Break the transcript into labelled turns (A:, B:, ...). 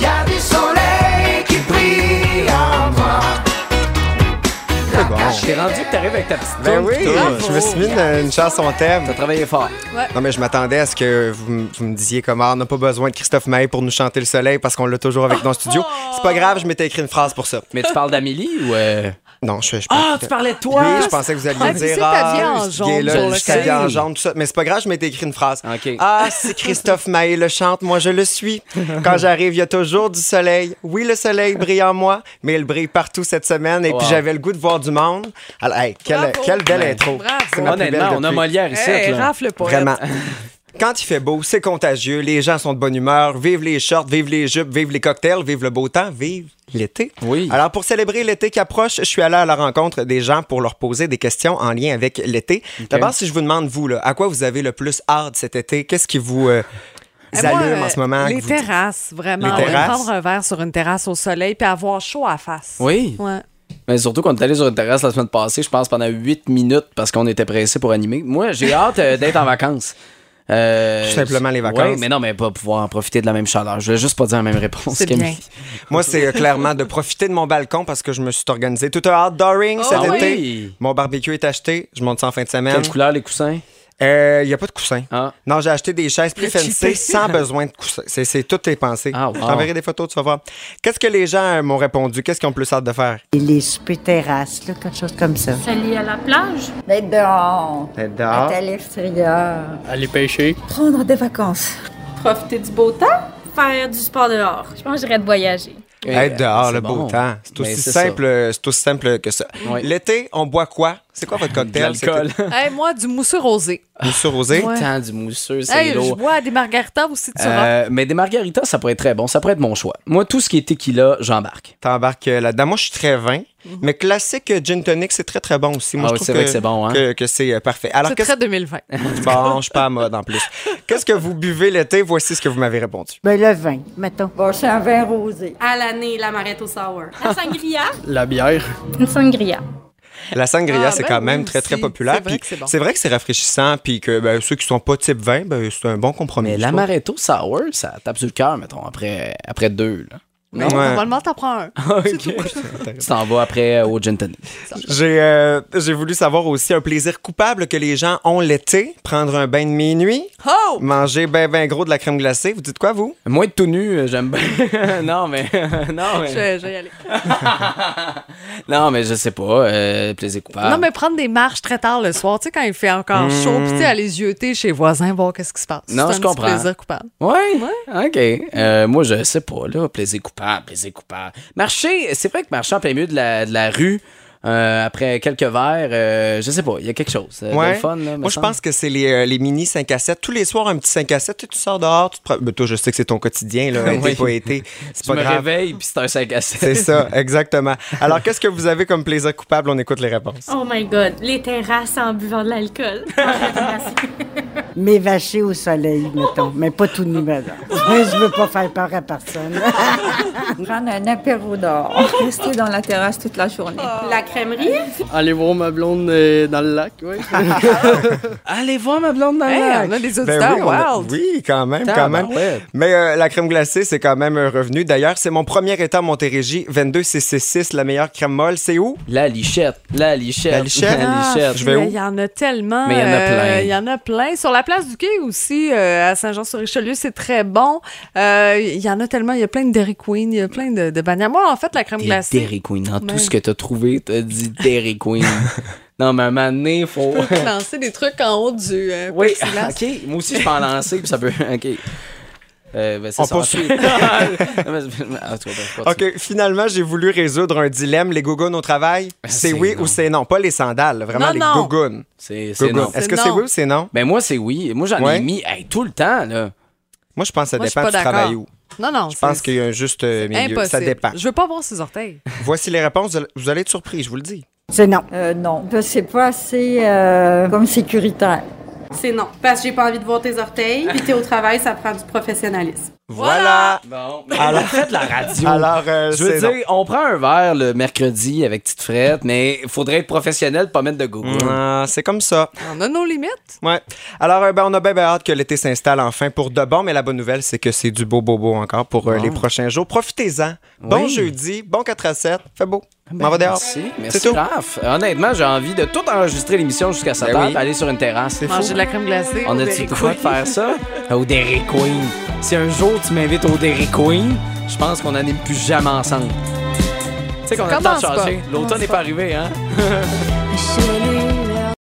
A: Y a du soleil qui brille en moi. La cachée
B: T'es Ah, rendu que t'arrives avec ta petite
C: Ben
B: toune,
C: oui,
B: pis tout.
C: je me suis mis une, une chanson thème.
B: T'as travaillé fort.
C: Non, mais je m'attendais à ce que vous, m- vous me disiez comme Ah, on n'a pas besoin de Christophe Maé pour nous chanter le soleil parce qu'on l'a toujours avec dans le studio.
B: Oh!
C: C'est pas grave, je m'étais écrit une phrase pour ça.
B: Mais tu parles d'Amélie ou. euh,
C: Non, je, je
B: Ah,
C: pense
B: tu
C: que-
B: parlais de toi!
C: Oui, je pensais que vous alliez
D: Ah, puis
C: dire
D: c'est habillé en
C: ce
D: jaune
C: gars-là,
D: sur le
C: je suis habillé
B: signe.
C: en jaune, tout ça. Mais c'est pas grave, je m'étais écrit une phrase.
B: Ok.
C: Ah, si Christophe Maé le chante, moi je le suis. Quand j'arrive, il y a toujours du soleil. Oui, le soleil brille en moi, mais il brille partout cette semaine. Et
B: Wow.
C: puis j'avais le goût de voir du monde. Alors, hey, quelle,
D: Bravo.
C: quelle belle
B: Ouais.
C: intro.
D: Bravo.
C: C'est ma plus belle
B: Honnêtement, on a
C: depuis.
B: Molière ici.
D: Hey,
B: là.
D: rafle le poète.
C: Vraiment. Quand il fait beau, c'est contagieux, les gens sont de bonne humeur, vive les shorts, vive les jupes, vive les cocktails, vive le beau temps, vive l'été.
B: Oui.
C: Alors pour célébrer l'été qui approche, je suis allé à la rencontre des gens pour leur poser des questions en lien avec l'été. D'abord, si je vous demande, vous, là, à quoi vous avez le plus hâte cet été? Qu'est-ce qui vous euh,
D: Eh, moi,
C: allume en
D: euh,
C: ce moment?
D: Les
C: que vous-
D: terrasses, vraiment.
C: Les
D: Ouais,
C: terrasses?
D: Prendre un verre sur une terrasse au soleil puis avoir chaud à la face.
B: Oui.
D: Ouais.
B: Mais surtout qu'on est allé sur une terrasse la semaine passée, je pense, pendant 8 minutes parce qu'on était pressé pour animer. Moi, j'ai hâte euh, d'être en vacances. Euh,
C: Tout simplement les vacances.
B: ouais, mais non, mais pas pouvoir en profiter de la même chaleur. Je vais juste pas dire la même réponse
D: C'est bien.
B: qu'Amélie.
C: Moi, c'est euh, clairement de profiter de mon balcon parce que je me suis organisé tout un outdooring cet
D: Ah
B: oui.
C: été.
B: oui.
C: Mon barbecue est acheté, je monte ça en fin de semaine.
B: Quelle couleur les coussins?
C: Il n'y Euh, a pas de coussin.
B: Ah.
C: Non, j'ai acheté des chaises plus
D: Le cheapé.
C: fancy sans besoin de coussins. C'est, c'est toutes tes pensées.
B: Ah, wow.
C: Je t'enverrai des photos, tu vas voir. Qu'est-ce que les gens euh, m'ont répondu? Qu'est-ce qu'ils ont plus hâte de faire?
E: Les super terrasses, là, quelque chose comme ça. Ben,
F: Aller à la plage
G: D'être dehors,
C: D'être
G: être à l'extérieur.
H: Aller pêcher.
G: Prendre des vacances.
I: Profiter du beau temps, faire du sport dehors.
F: Je pense que j'irais de voyager.
C: Être dehors,
B: c'est
C: le
B: bon.
C: beau temps. C'est
B: Mais
C: aussi,
B: c'est ça.
C: simple, euh, c'est aussi simple que ça.
B: Oui.
C: L'été, on boit quoi? C'est quoi votre
B: Ah, De
C: cocktail?
B: l'alcool.
D: Hey, moi, du mousseux rosé.
C: Ou sur rosé?
D: Ouais.
B: Tant du mousseux, c'est
D: Hey, je
B: lourd.
D: bois des margaritas aussi, tu vois.
B: Euh, mais des margaritas, ça pourrait être très bon. Ça pourrait être mon choix. Moi, tout ce qui est tequila, j'embarque.
C: T'embarques euh, là-dedans. Moi, je suis très vin. Mais classique euh, gin tonic, c'est très, très bon aussi.
B: Ah
C: Moi, je
B: oui,
C: trouve
B: c'est vrai que c'est bon, hein?
C: que, que c'est euh, parfait. Alors,
D: C'est
C: qu'est-ce
D: très 2020.
C: bon, je suis pas à mode en plus. Qu'est-ce que vous buvez l'été? Voici ce que vous m'avez répondu.
E: Ben, le vin, mettons. Ah.
G: Bon, c'est un vin rosé.
I: À l'année, la au sour.
F: La sangria?
H: La bière.
F: Une sangria.
C: La sangria,
D: Ah,
C: c'est
D: ben
C: quand même
D: oui
C: très,
D: aussi.
C: très populaire.
D: C'est vrai
C: Puis
D: que c'est bon.
C: C'est vrai que c'est rafraîchissant, puis que ben, ceux qui sont pas type vin, ben, c'est un bon compromis.
B: Mais
C: je
B: l'amaretto sour, ça tape sur le cœur, mettons, après, après deux. Là.
D: Non,
C: Ouais.
D: normalement, t'en prends un.
C: trouve.
B: Tu t'en vas après euh, au gin tonic.
C: J'ai euh, j'ai voulu savoir aussi un plaisir coupable que les gens ont l'été, prendre un bain de minuit,
D: Oh!
C: manger ben ben gros de la crème glacée. Vous dites quoi, vous?
B: Moi, être tout nu, euh, j'aime bien. non, mais. non,
D: Je,
B: mais.
D: je vais y aller.
B: Non, mais je sais pas. Euh, plaisir
C: Ah.
B: coupable.
D: Non, mais prendre des marches très tard le soir, tu sais, quand il fait encore
C: Hmm.
D: chaud, puis tu sais, aller zioter chez les voisins, voir qu'est-ce qui se passe.
B: Non,
D: C'est un
B: je
D: petit
B: comprends.
D: plaisir coupable.
B: Ouais, OK. Euh, moi, je sais pas, là. Plaisir coupable, plaisir coupable. Marcher, c'est vrai que marcher en plein milieu de la, de la rue, euh, après quelques verres, euh, je sais pas, il y a quelque chose. euh, de
C: Ouais.
B: le fun, là, me
C: Moi, je
B: semble.
C: pense que c'est les, euh, les mini 5 à 7. Tous les soirs, un petit 5 à 7. Tu sais, tu sors dehors, tu te prends- ben, toi, je sais que c'est ton quotidien, là. été,
B: Oui.
C: pas été. C'est
B: Je
C: pas
B: me
C: grave.
B: réveille, puis c'est un 5 à 7.
C: C'est ça, exactement. Alors, qu'est-ce que vous avez comme plaisir coupable? On écoute les réponses.
F: Oh my god, les terrasses en buvant de l'alcool.
E: M'évacher au soleil, mettons. Mais pas tout nu, madame. Je veux pas faire peur à personne.
G: Prendre un apéro dehors. Rester dans la terrasse toute la journée.
I: La crèmerie,
H: Aller voir ma blonde euh, dans le lac, oui.
B: Allez voir ma blonde dans le
D: Hey,
B: lac.
D: on a des
C: Ben
D: auditeurs
C: oui, on a-
D: wild.
C: oui, quand même, quand même.
B: Tabarouette.
C: Mais euh, la crème glacée, c'est quand même un revenu. D'ailleurs, c'est mon premier état à Montérégie, 22666, la meilleure crème molle. C'est où?
B: La lichette, la lichette.
C: La lichette?
D: Ah,
C: Je vais
D: mais
C: où?
D: Il y en a tellement.
B: Mais il y en a
D: euh,
B: plein.
D: Il y en a plein. Sur la place du Quai aussi, euh, à Saint-Jean-sur-Richelieu, c'est très bon. Euh, Il y en a tellement. Il y a plein de Dairy Queen, il y a plein de, de bannières. Moi, en fait, la crème
B: Des
D: glacée.
B: Dairy Queen. Dans
D: Mais-
B: tout ce que t'as trouvé, t'as dit Dairy Queen. non, mais à un moment donné, faut.
D: Faut te lancer des trucs en haut du euh,
B: Oui,
D: plexiglas.
B: ok. Moi aussi, je peux en lancer, puis ça peut. Ok. Euh, ben, c'est
C: On
B: ça.
C: poursuit.
B: Non, mais- en tout cas, ben, je continue.
C: OK, finalement, j'ai voulu résoudre un dilemme. Les gougounes au travail, c'est
B: Ah, c'est
C: oui
B: non.
C: ou c'est non. Pas les sandales, vraiment
D: Non,
C: les
D: non.
C: gougounes.
B: C'est c'est
C: Gougounes.
B: non.
C: Est-ce
D: C'est
C: que c'est
D: non.
C: oui ou c'est non?
B: Ben, moi, c'est oui. Moi, j'en
C: Ouais.
B: ai mis hey, tout le temps, là.
C: Moi, je pense que ça
D: Moi, je suis
C: dépend
D: pas
C: du travail
D: d'accord.
C: où.
D: Non, non.
C: Je pense qu'il y a un juste euh, milieu.
D: Impossible.
C: Ça dépend.
D: Je veux pas voir ses orteils.
C: Voici les réponses. Vous allez- Vous allez être surpris, je vous le dis.
E: C'est non.
G: Euh, non. Parce que c'est pas assez euh, comme sécuritaire.
I: C'est non. Parce que j'ai pas envie de voir tes orteils, puis t'es au travail, ça prend du professionnalisme.
C: Voilà.
B: Bon.
C: Alors-
B: Alors, faites la radio.
C: Alors, euh,
B: je veux
C: c'est
B: dire,
C: non.
B: on prend un verre le mercredi avec petite frette, mais il faudrait être professionnel, pas mettre de gogo.
C: Ah, c'est comme ça.
D: On a nos limites.
C: Ouais. Alors, euh, ben, on a bien hâte que l'été s'installe enfin pour de bon, mais la bonne nouvelle, c'est que c'est du beau, beau, beau encore pour euh, les prochains jours. Profitez-en. Bon
B: Oui.
C: jeudi, bon 4 à 7. Fait beau. M'en va
B: Ben,
C: dehors.
B: Merci,
C: C'est
B: merci
C: tout.
B: Raph. Honnêtement, j'ai envie de tout enregistrer l'émission jusqu'à sa
C: Ben
B: table,
C: oui.
B: aller sur une terrasse.
D: Manger de la crème glacée.
B: On
D: au
B: a-tu
D: Dairy
B: le droit de
D: Queen.
B: faire ça? Au Dairy Queen. Si un jour tu m'invites au Dairy Queen, je pense qu'on n'anime plus jamais ensemble. Tu sais qu'on a le temps de
D: commence pas.
B: changer. L'automne n'est pas arrivé, hein?
A: Isolé,